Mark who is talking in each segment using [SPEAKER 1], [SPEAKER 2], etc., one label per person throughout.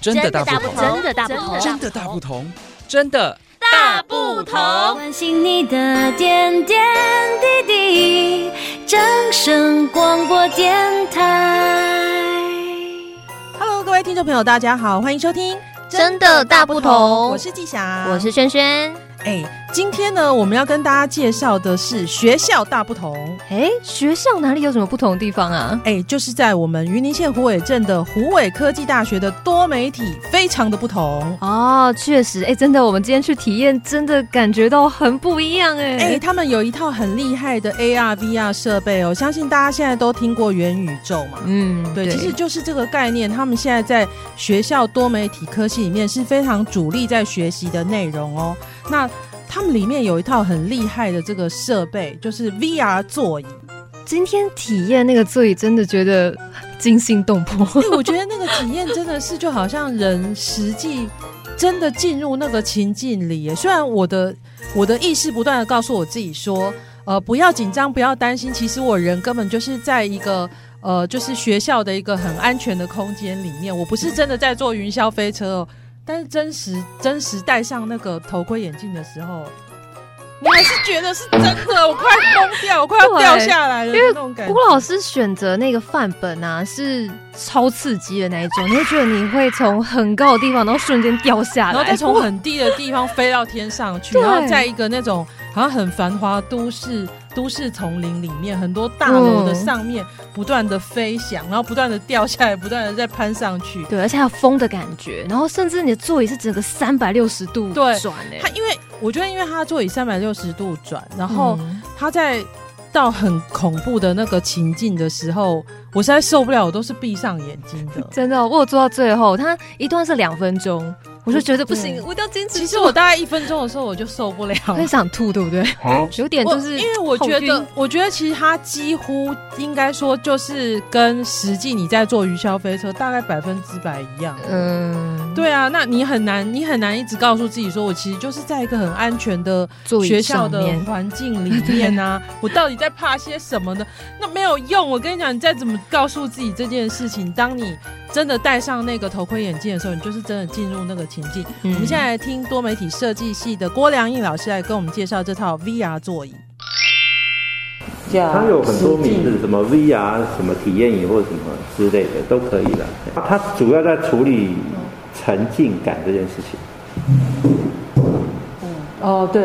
[SPEAKER 1] 真的大不
[SPEAKER 2] 不
[SPEAKER 1] 同，
[SPEAKER 2] 同
[SPEAKER 3] 真的大不同，
[SPEAKER 1] 真的大不同，真的
[SPEAKER 3] 大不同。
[SPEAKER 2] 关心你的点点滴滴，掌声广播电台。
[SPEAKER 4] Hello，各位听众朋友，大家好，欢迎收听《
[SPEAKER 3] 真的大不同
[SPEAKER 4] 我是季霞，
[SPEAKER 3] 我是轩轩。
[SPEAKER 4] 哎、今天呢，我们要跟大家介绍的是学校大不同，
[SPEAKER 3] 哎，学校哪里有什么不同的地方啊？
[SPEAKER 4] 哎、就是在我们云林县虎尾镇的虎尾科技大学的多媒体非常的不同。
[SPEAKER 3] 哦，确实，哎，真的，我们今天去体验，真的感觉到很不一样哎。
[SPEAKER 4] 哎、他们有一套很厉害的 AR、VR 设备哦，相信大家现在都听过元宇宙嘛。
[SPEAKER 3] 嗯，
[SPEAKER 4] 对，其实就是这个概念，他们现在在学校多媒体科系里面是非常主力在学习的内容哦。那他们里面有一套很厉害的这个设备，就是 VR 座椅。
[SPEAKER 3] 今天体验那个座椅，真的觉得呃惊心动魄。
[SPEAKER 4] 哎，我觉得那个体验真的是就好像人实际真的进入那个情境里耶。虽然我的我的意识不断的告诉我自己说，呃，不要紧张，不要担心，其实我人根本就是在一个。呃，就是学校的一个很安全的空间里面，我不是真的在坐云霄飞车哦，但是真实真实戴上那个头盔眼镜的时候，我还是觉得是真的，我快疯掉，我快要掉下来了，
[SPEAKER 3] 对因为
[SPEAKER 4] 那种感 觉
[SPEAKER 3] 郭。老师选择那个范本啊，是超刺激的那一种，你会觉得你会从很高的地方，然后瞬间掉下来，
[SPEAKER 4] 然后再从很低的地方飞到天 上去，
[SPEAKER 3] 对
[SPEAKER 4] 然后在一个那种好像很繁华都市都市丛林里面，很多大楼的上面不断的飞翔，然后不断的掉下来，不断的再攀上去。
[SPEAKER 3] 对，而且还有风的感觉，然后甚至你的座椅是整个三百六十度
[SPEAKER 4] 对
[SPEAKER 3] 转哎、
[SPEAKER 4] 它因为我觉得，因为它座椅三百六十度转，然后
[SPEAKER 3] 嗯
[SPEAKER 4] 它在到很恐怖的那个情境的时候，我实在受不了，我都是闭上眼睛的。
[SPEAKER 5] 嗯
[SPEAKER 3] 真的，我有做到最后，它一段是两分钟，我就觉得不行
[SPEAKER 4] 对，
[SPEAKER 3] 我一定要坚持住。
[SPEAKER 4] 嗯其实我大概一分钟的时候我就受不了了，
[SPEAKER 3] 很想吐，对不对？
[SPEAKER 5] 啊
[SPEAKER 3] 有点
[SPEAKER 4] 我
[SPEAKER 3] 就是
[SPEAKER 4] 因为我觉
[SPEAKER 3] 后晕
[SPEAKER 4] 得，我觉得其实它几乎应该说就是跟实际你在坐云霄飞车大概百分之百一样。
[SPEAKER 3] 嗯，
[SPEAKER 4] 对啊，那你很难，你很难一直告诉自己说，我其实就是在一个很安全的
[SPEAKER 3] 座椅
[SPEAKER 4] 学校
[SPEAKER 3] 上
[SPEAKER 4] 的
[SPEAKER 3] 面
[SPEAKER 4] 环境里面 啊，我到底在怕些什么呢？那没有用。我跟你讲，你再怎么告诉自己这件事情，当你真的戴上那个头盔眼镜的时候，你就是真的进入那个情境。
[SPEAKER 3] 嗯
[SPEAKER 4] 我们现在来听多媒体设计系的郭良义老师来跟我们介绍这套 VR 座椅。
[SPEAKER 6] 它有很多名
[SPEAKER 7] 呃
[SPEAKER 6] 字，什么 VR 什么体验椅或什么之类的都可以的。它主要在处理沉浸感这件事情，
[SPEAKER 7] 哦，对，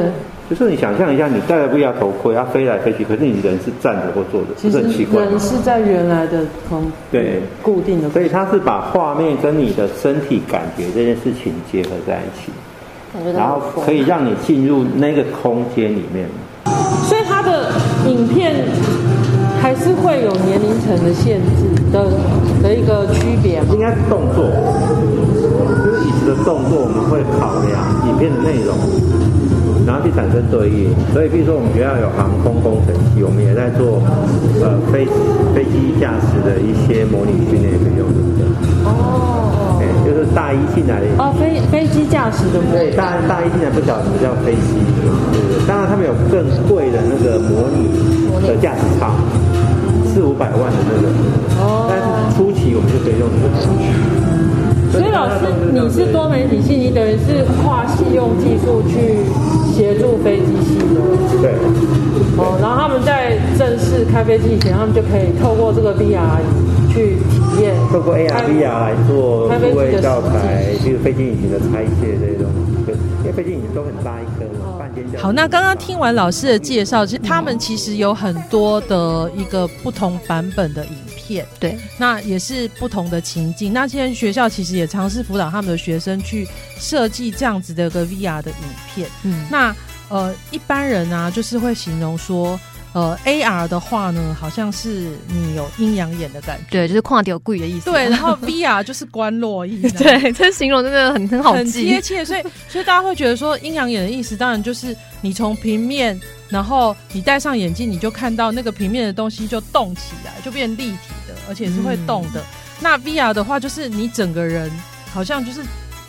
[SPEAKER 6] 就是你想象一下，你戴着 VR 头盔，它飞来飞去，可是你人是站着或坐着，
[SPEAKER 7] 其
[SPEAKER 6] 不是
[SPEAKER 7] 实
[SPEAKER 6] 很奇怪吗
[SPEAKER 7] 人？是在原来的空
[SPEAKER 6] 对
[SPEAKER 7] 固定的空
[SPEAKER 6] 所以它是把画面跟你的身体感觉这件事情结合在一起，
[SPEAKER 7] 感觉
[SPEAKER 6] 然后可以让你进入那个空间里面。
[SPEAKER 7] 所以它的影片还是会有年龄层的限制的的一个区别嘛
[SPEAKER 6] 应。该是动作，就是椅子的动作，我们会考量影片的内容，然后去产生对应。所以，比如说我们学校有航空工程系，我们也在做呃飞飞机驾驶的一些模拟训练运用。
[SPEAKER 7] 哦
[SPEAKER 6] 哎，就是大一进来，
[SPEAKER 7] 哦，飞飞机驾驶的模
[SPEAKER 6] 对，大大一进来不晓得什么叫飞机，对不对？当然他们有更贵的那个模拟的驾驶舱，四五百万的那个，但
[SPEAKER 7] 哦，
[SPEAKER 6] 是初期我们就可以用这个。
[SPEAKER 7] 所以老师你是多媒体系，你等于是跨系用技术去协助飞机系的
[SPEAKER 6] 对。
[SPEAKER 7] 哦，然后他们在正式开飞机以前，他们就可以透过这个 VR 去体验
[SPEAKER 6] 透过 AR、VR 啊来做
[SPEAKER 7] 开飞
[SPEAKER 6] 数
[SPEAKER 7] 机的
[SPEAKER 6] 位教材
[SPEAKER 7] 设，
[SPEAKER 6] 比如飞机引擎的拆卸这些东西，对，因为飞机引擎都很大一颗嘛，半天
[SPEAKER 4] 好，那刚刚听完老师的介绍，其实他们其实有很多的一个不同版本的影片，
[SPEAKER 3] 对，
[SPEAKER 4] 那也是不同的情境。那现在学校其实也尝试辅导他们的学生去设计这样子的一个 VR 的影片。
[SPEAKER 3] 嗯，
[SPEAKER 4] 那呃，一般人啊，就是会形容说，呃，AR 的话呢，好像是你有阴阳眼的感觉，
[SPEAKER 3] 对，就是跨掉贵的意思。
[SPEAKER 4] 对，然后 VR 就是观落啊意， 对
[SPEAKER 3] 对， 这形容真的很很好
[SPEAKER 4] 很贴
[SPEAKER 3] 记。
[SPEAKER 4] 切， 所以所以大家会觉得说，阴阳眼的意思当然就是你从平面，然后你戴上眼镜，你就看到那个平面的东西就动起来，就变
[SPEAKER 3] 嗯
[SPEAKER 4] 立体的，而且是会动的。那 VR 的话，就是你整个人好像就是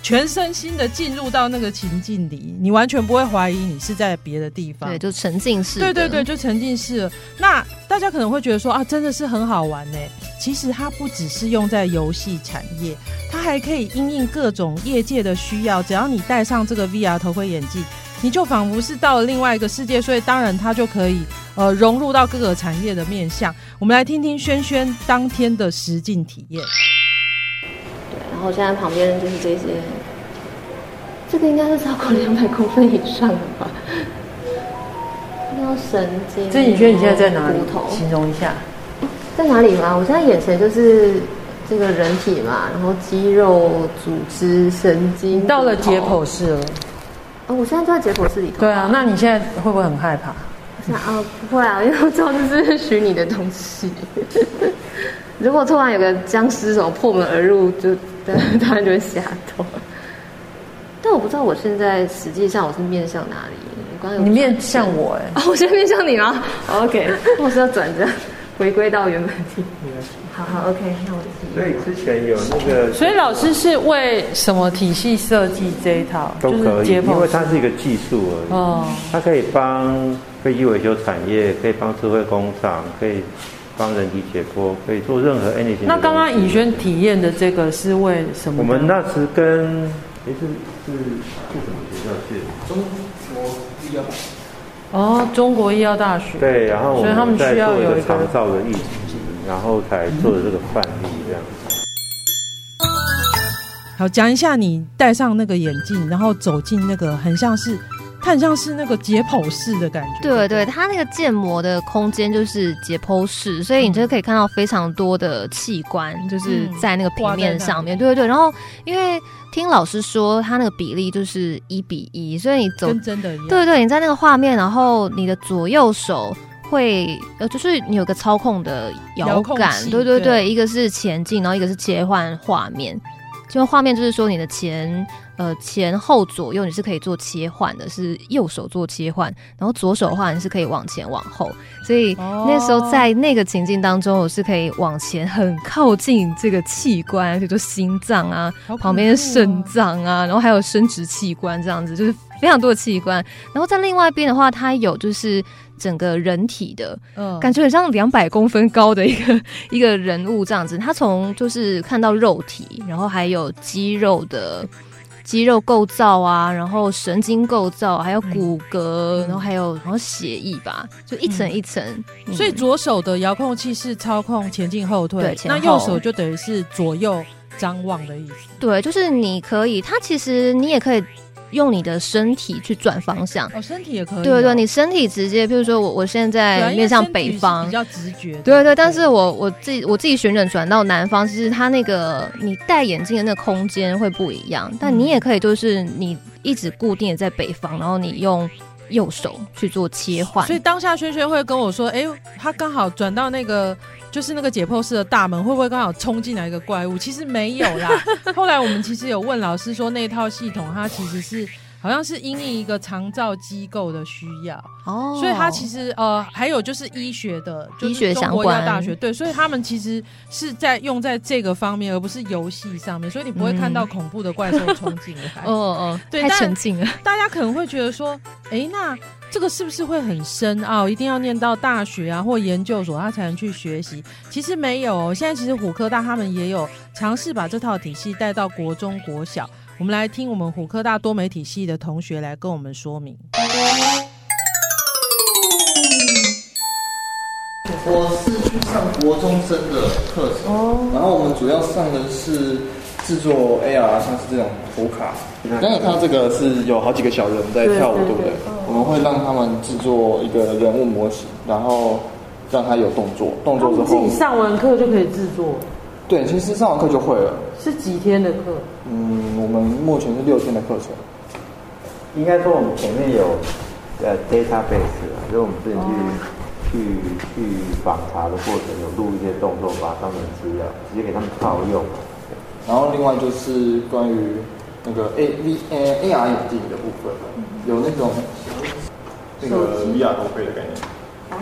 [SPEAKER 4] 全身心的进入到那个情境里，你完全不会怀疑你是在别的地方
[SPEAKER 3] 对，。就沉浸式的，
[SPEAKER 4] 对对对，就沉浸式了。那大家可能会觉得说啊，真的是很好玩呢。其实它不只是用在游戏产业，它还可以因应各种业界的需要。只要你戴上这个 VR 头盔眼镜，你就仿佛是到了另外一个世界，所以当然它就可以呃融入到各个产业的面向。我们来听听轩轩当天的实境体验。
[SPEAKER 8] 然后现在旁边就是这些，这个应该是超过两百公分以上了吧？那种神经，
[SPEAKER 5] 所以你觉得你现在在哪里
[SPEAKER 8] 骨头？
[SPEAKER 5] 形容一下。
[SPEAKER 8] 在哪里吗？我现在眼前就是这个人体嘛，然后肌肉、组织、神经。
[SPEAKER 5] 你到了
[SPEAKER 8] 骨头
[SPEAKER 5] 解剖室了，
[SPEAKER 8] 哦，我现在就在解剖室里头。
[SPEAKER 5] 对啊，那你现在会不会很害怕？
[SPEAKER 8] 我想啊，不会啊，因为我知道这是虚拟的东西。如果突然有个僵尸什么破门而入，就 当然就会吓到。但我不知道我现在实际上我是面向哪里。我刚刚有
[SPEAKER 5] 你面向我哎、
[SPEAKER 8] 哦， 我先面向你吗？OK，我 是要转着回归到原本的地方。好好，OK，那我自
[SPEAKER 6] 所
[SPEAKER 8] 己。
[SPEAKER 6] 以之前有那个
[SPEAKER 5] 所以老师是为什么体系设计这一套？
[SPEAKER 6] 都可
[SPEAKER 5] 就是
[SPEAKER 6] 以，
[SPEAKER 5] 解
[SPEAKER 6] 因为
[SPEAKER 5] 剖
[SPEAKER 6] 它
[SPEAKER 5] 室。
[SPEAKER 6] 是一个技术而已。
[SPEAKER 5] 哦，
[SPEAKER 6] 它可以帮飞机维修产业，可以帮智慧工厂，可以帮人体解剖，可以做任何 anything 的东西。
[SPEAKER 5] 那刚刚以轩体验的这个是为什么呢？
[SPEAKER 6] 我们那时跟诶是是是什么学校去？
[SPEAKER 5] 哦，中国医药大学。
[SPEAKER 6] 对，然后我
[SPEAKER 5] 所以他们
[SPEAKER 6] 们在
[SPEAKER 5] 需要
[SPEAKER 6] 做一
[SPEAKER 5] 有一
[SPEAKER 6] 个
[SPEAKER 5] 个
[SPEAKER 6] 长照的疫情，然后才做的这个范例这样。
[SPEAKER 4] 好，讲一下你戴上那个眼镜，然后走进那个很像是，它很像是那个解剖室的感觉。
[SPEAKER 3] 对对，它那个建模的空间就是解剖室，所以你就可以看到非常多的器官，就是
[SPEAKER 4] 嗯
[SPEAKER 3] 在那个
[SPEAKER 4] 挂
[SPEAKER 3] 平
[SPEAKER 4] 在
[SPEAKER 3] 面
[SPEAKER 4] 那
[SPEAKER 3] 上
[SPEAKER 4] 里
[SPEAKER 3] 面。对对对，然后因为听老师说，它那个比例就是一比一，所以你走
[SPEAKER 4] 跟真的一样。
[SPEAKER 3] 对对，你在那个画面，然后你的左右手会呃，就是你有个操控的
[SPEAKER 4] 遥
[SPEAKER 3] 摇
[SPEAKER 4] 控
[SPEAKER 3] 杆，
[SPEAKER 4] 器
[SPEAKER 3] 对对
[SPEAKER 4] 对
[SPEAKER 3] 对，一个是前进，然后一个是切换画面。切换画面就是说你的前呃前后左右你是可以做切换的，是右手做切换，然后左手的话你是可以往前往后，所以
[SPEAKER 4] 哦
[SPEAKER 3] 那时候在那个情境当中，我是可以往前很靠近这个器官，比如说心脏啊，
[SPEAKER 4] 好恐怖哦
[SPEAKER 3] 旁边是肾脏啊，然后还有生殖器官这样子，就是非常多的器官。然后在另外一边的话，它有就是整个人体的
[SPEAKER 4] 嗯
[SPEAKER 3] 感觉，很像两百公分高的一个一个人物这样子。它从就是看到肉体，然后还有肌肉的。肌肉构造啊，然后神经构造，还有
[SPEAKER 4] 嗯
[SPEAKER 3] 骨骼，然后还有然后血液吧，就一层一层。嗯
[SPEAKER 4] 所以左手的遥控器是操控前进后退
[SPEAKER 3] 对，前
[SPEAKER 4] 那
[SPEAKER 3] 后
[SPEAKER 4] 右手就等于是左右张望的意思。
[SPEAKER 3] 对，就是你可以，它其实你也可以用你的身体去转方向。
[SPEAKER 4] 哦，身体也可以哦。
[SPEAKER 3] 对对对，你身体直接，譬如说我我现
[SPEAKER 4] 对
[SPEAKER 3] 在
[SPEAKER 4] 啊因为
[SPEAKER 3] 哎面向
[SPEAKER 4] 身体
[SPEAKER 3] 北
[SPEAKER 4] 是
[SPEAKER 3] 方
[SPEAKER 4] 比，较直觉的。
[SPEAKER 3] 对对，但是我我自己我自己旋转转到南方，其实它那个你戴眼镜的那个空间会不一样，
[SPEAKER 4] 嗯
[SPEAKER 3] 但你也可以就是你一直固定地在北方，然后你用右手去做切换
[SPEAKER 4] 所。以当下轩轩会跟我说：“哎、他刚好转到那个就是那个解剖室的大门，会不会刚好冲进来一个怪物？”其实没有 啦。后来我们其实有问老师说，那一套系统它其实是好像是因应一个长照机构的需要，
[SPEAKER 3] 哦
[SPEAKER 4] 所以它其实呃还有就是医学的，就是、
[SPEAKER 3] 医学相
[SPEAKER 4] 中国药大
[SPEAKER 3] 关
[SPEAKER 4] 学对，所以他们其实是在用在这个方面，而不是游戏上面，所以你不会看
[SPEAKER 3] 嗯
[SPEAKER 4] 到恐怖的怪兽冲进来。
[SPEAKER 3] 哦哦，
[SPEAKER 4] 嗯对
[SPEAKER 3] 太
[SPEAKER 4] 但
[SPEAKER 3] 沉浸了。
[SPEAKER 4] 大家可能会觉得说，诶，那这个是不是会很深奥？一定要念到大学啊或研究所，他才能去学习？其实没有哦，现在其实虎科大他们也有尝试把这套体系带到国中、国小。我们来听我们虎科大多媒体系的同学来跟我们说明。
[SPEAKER 9] 我是去上国中生的课程，然后我们主要上的是制作 AR，像是这种图卡。刚刚有看到这个是有好几个小人在跳舞，对不对？哦我们会让他们制作一个人物模型，然后让他有动作，动作之后
[SPEAKER 5] 上完课就可以制作，
[SPEAKER 9] 对，其实上完课就会了。
[SPEAKER 5] 是几天的课？
[SPEAKER 9] 嗯，我们目前是六天的课程。
[SPEAKER 6] 应该说我们前面有呃 database 啊，就是我们之前去、
[SPEAKER 5] 哦
[SPEAKER 6] 去去访查的过程，有录一些动作，把他们的资料直接给他们套用。
[SPEAKER 9] 然后另外就是关于那个 A V 呃 A R 眼镜的部分，有那种那个 V R 头盔的概念，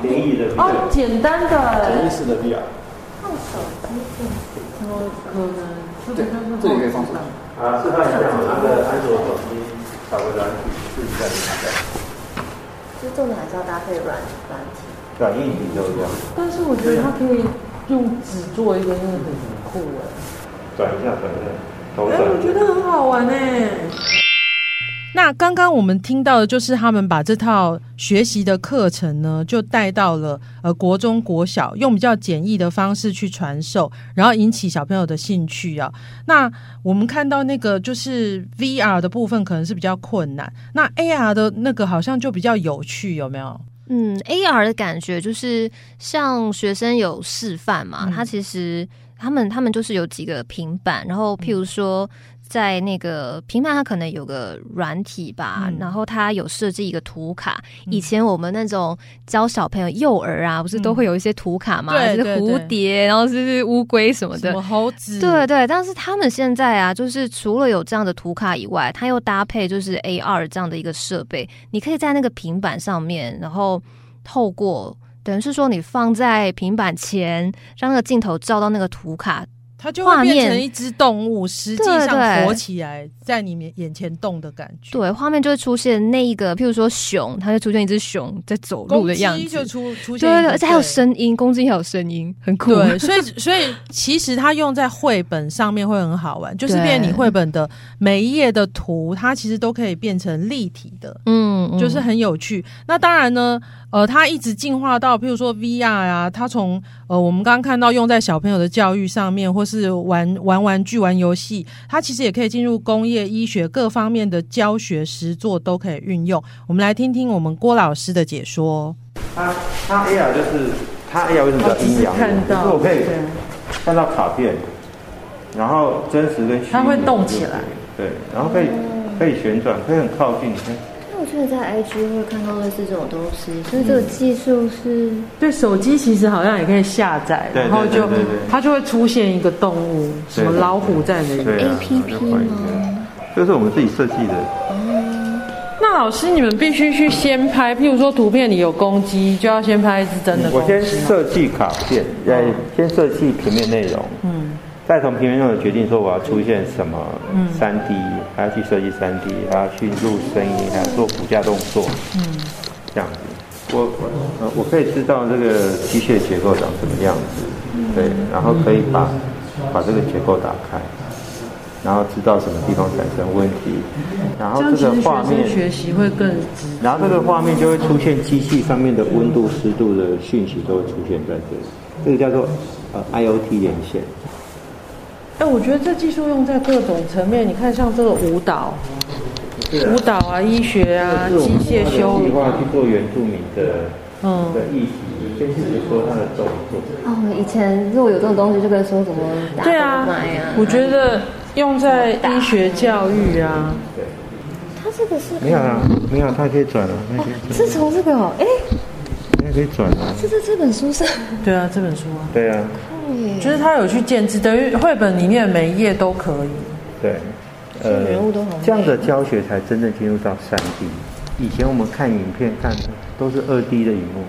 [SPEAKER 6] 便宜的
[SPEAKER 5] 哦，简单的。
[SPEAKER 9] 潜意识的 V R。
[SPEAKER 8] 可能
[SPEAKER 9] 对，这里可以放手机。
[SPEAKER 6] 啊，示范一下我拿着安卓手机扫个软体，试一下你们的
[SPEAKER 8] 就重点还是要搭配软软体。
[SPEAKER 6] 软硬体都一样，
[SPEAKER 7] 但是我觉得它可以用纸做一个那个很酷哎、
[SPEAKER 6] 转一下转一下，头
[SPEAKER 7] 哎、
[SPEAKER 6] 转。
[SPEAKER 7] 我觉得很好玩哎、
[SPEAKER 4] 那刚刚我们听到的就是他们把这套学习的课程呢，就带到了呃国中、国小，用比较简易的方式去传授，然后引起小朋友的兴趣啊。那我们看到那个就是 VR 的部分可能是比较困难，那 AR 的那个好像就比较有趣，有没有？
[SPEAKER 3] 嗯，AR 的感觉就是像学生有示范嘛，
[SPEAKER 4] 嗯
[SPEAKER 3] 他其实他们他们就是有几个平板，然后
[SPEAKER 4] 嗯
[SPEAKER 3] 譬如说。在那个平板，它可能有个软体吧，
[SPEAKER 4] 嗯
[SPEAKER 3] 然后它有设计一个图卡。
[SPEAKER 4] 嗯嗯
[SPEAKER 3] 以前我们那种教小朋友幼儿啊，不是都会有一些图卡嘛，
[SPEAKER 4] 对
[SPEAKER 3] 就是
[SPEAKER 4] 对
[SPEAKER 3] 蝴
[SPEAKER 4] 对
[SPEAKER 3] 蝶，然后就是乌龟什么的
[SPEAKER 4] 什。么猴子？
[SPEAKER 3] 对对，但是他们现在啊，就是除了有这样的图卡以外，它又搭配就是 AR 这样的一个设备，你可以在那个平板上面，然后透过等于是说你放在平板前，让那个镜头照到那个图卡，
[SPEAKER 4] 它就会
[SPEAKER 3] 画面
[SPEAKER 4] 变成一只动物，实际
[SPEAKER 3] 对
[SPEAKER 4] 上
[SPEAKER 3] 对
[SPEAKER 4] 活起来，在你面眼前动的感觉。，
[SPEAKER 3] 对，画面就会出现那一个，譬如说熊，它就出现一只熊在走路
[SPEAKER 4] 公
[SPEAKER 3] 的样
[SPEAKER 4] 鸡就
[SPEAKER 3] 子。
[SPEAKER 4] 出出
[SPEAKER 3] 对
[SPEAKER 4] 现，
[SPEAKER 3] 对，而且还有
[SPEAKER 4] 对
[SPEAKER 3] 声音，公鸡还有声音，很酷。
[SPEAKER 4] 对，所以所以其实它用在绘本上面会很好玩，就是变成你绘本的每一页的图，它其实都可以变成立体的。
[SPEAKER 3] 嗯，嗯
[SPEAKER 4] 就是很有趣。那当然呢，呃，它一直进化到，譬如说 VR 啊，它从呃我们刚刚看到用在小朋友的教育上面，或是玩玩玩具、玩游戏，它其实也可以进入工业、医学各方面的教学实作都可以运用。我们来听听我们郭老师的解说。
[SPEAKER 6] 它它 AR 就是它 AR 为什么叫阴阳？
[SPEAKER 7] 看
[SPEAKER 6] 就
[SPEAKER 7] 到，
[SPEAKER 6] 是我可以
[SPEAKER 7] 对
[SPEAKER 6] 看到卡片，然后真实跟虚拟，
[SPEAKER 7] 它会动起来，
[SPEAKER 6] 对，然后可以可以旋转，可以很靠近，可以
[SPEAKER 8] 那我觉得在 IG 会看到类似这种东西，所以这个技术是
[SPEAKER 7] 对手机其实好像也可以下载，
[SPEAKER 6] 对
[SPEAKER 7] 然后就
[SPEAKER 6] 对对对对
[SPEAKER 7] 它就会出现一个动物，什
[SPEAKER 6] 对
[SPEAKER 7] 么
[SPEAKER 6] 对
[SPEAKER 7] 老虎在那里。
[SPEAKER 6] 对啊，然后就可以这样这是我们自己设计的，
[SPEAKER 7] 那老师，你们必须去先拍，譬如说图片里有公鸡，就要先拍一只真的公哦
[SPEAKER 6] 我
[SPEAKER 7] 鸡。
[SPEAKER 6] 先设计卡片，呃，先设计平面内容，嗯，再从平面内容决定说我要出现什么，嗯，三 D，还要去设计三 D，还要去录声音，还要做骨架动作，嗯，这样子，我呃我可以知道这个机械结构长什么样子，
[SPEAKER 7] 嗯
[SPEAKER 6] 对，然后可以把把这个结构打开。然后知道什么地方产生问题，然后
[SPEAKER 7] 这样
[SPEAKER 6] 这
[SPEAKER 7] 其实
[SPEAKER 6] 个
[SPEAKER 7] 学
[SPEAKER 6] 画面
[SPEAKER 7] 生学习会更直
[SPEAKER 6] 然后这个画面就会出现机器上面的温度、湿度的讯息都会出现在这里，这个叫做呃 IOT 连线。
[SPEAKER 7] 哎、我觉得这技术用在各种层面，你看像这个舞蹈、舞蹈啊、医学啊、
[SPEAKER 6] 这是我
[SPEAKER 7] 机
[SPEAKER 6] 们
[SPEAKER 7] 械修
[SPEAKER 6] 计
[SPEAKER 7] 理
[SPEAKER 6] 划
[SPEAKER 7] 啊，
[SPEAKER 6] 去做原住民的
[SPEAKER 7] 嗯，
[SPEAKER 6] 的议题，先只是说它的动作。
[SPEAKER 8] 哦，以前如果有这种东西，就跟说什么打
[SPEAKER 7] 对
[SPEAKER 8] 工
[SPEAKER 7] 啊
[SPEAKER 8] 麦啊，，
[SPEAKER 7] 我觉得用在医学教育啊，
[SPEAKER 8] 它这个是
[SPEAKER 6] 没有啦，没有，它可以转了，啊它可以转，
[SPEAKER 8] 是从这个哦，哎，
[SPEAKER 6] 它可以转了。
[SPEAKER 8] 是在这本书上，
[SPEAKER 6] 嗯
[SPEAKER 7] 对啊，这本书啊，
[SPEAKER 6] 对啊，
[SPEAKER 7] 就是他有去建制，等于绘本里面每一页都可以。
[SPEAKER 6] 对，呃，这样的教学才真正进入到三 D。以前我们看影片看的都是二 D 的荧幕。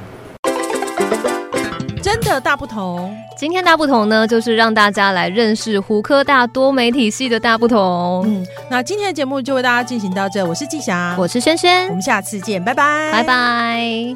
[SPEAKER 4] 真的大不同，
[SPEAKER 3] 今天大不同呢，就是让大家来认识胡科大多媒体系的大不同。
[SPEAKER 4] 嗯，那今天的节目就为大家进行到这，我是季霞，
[SPEAKER 3] 我是轩
[SPEAKER 4] 我
[SPEAKER 3] 轩
[SPEAKER 4] 们，下次见，拜拜，
[SPEAKER 3] 拜。拜。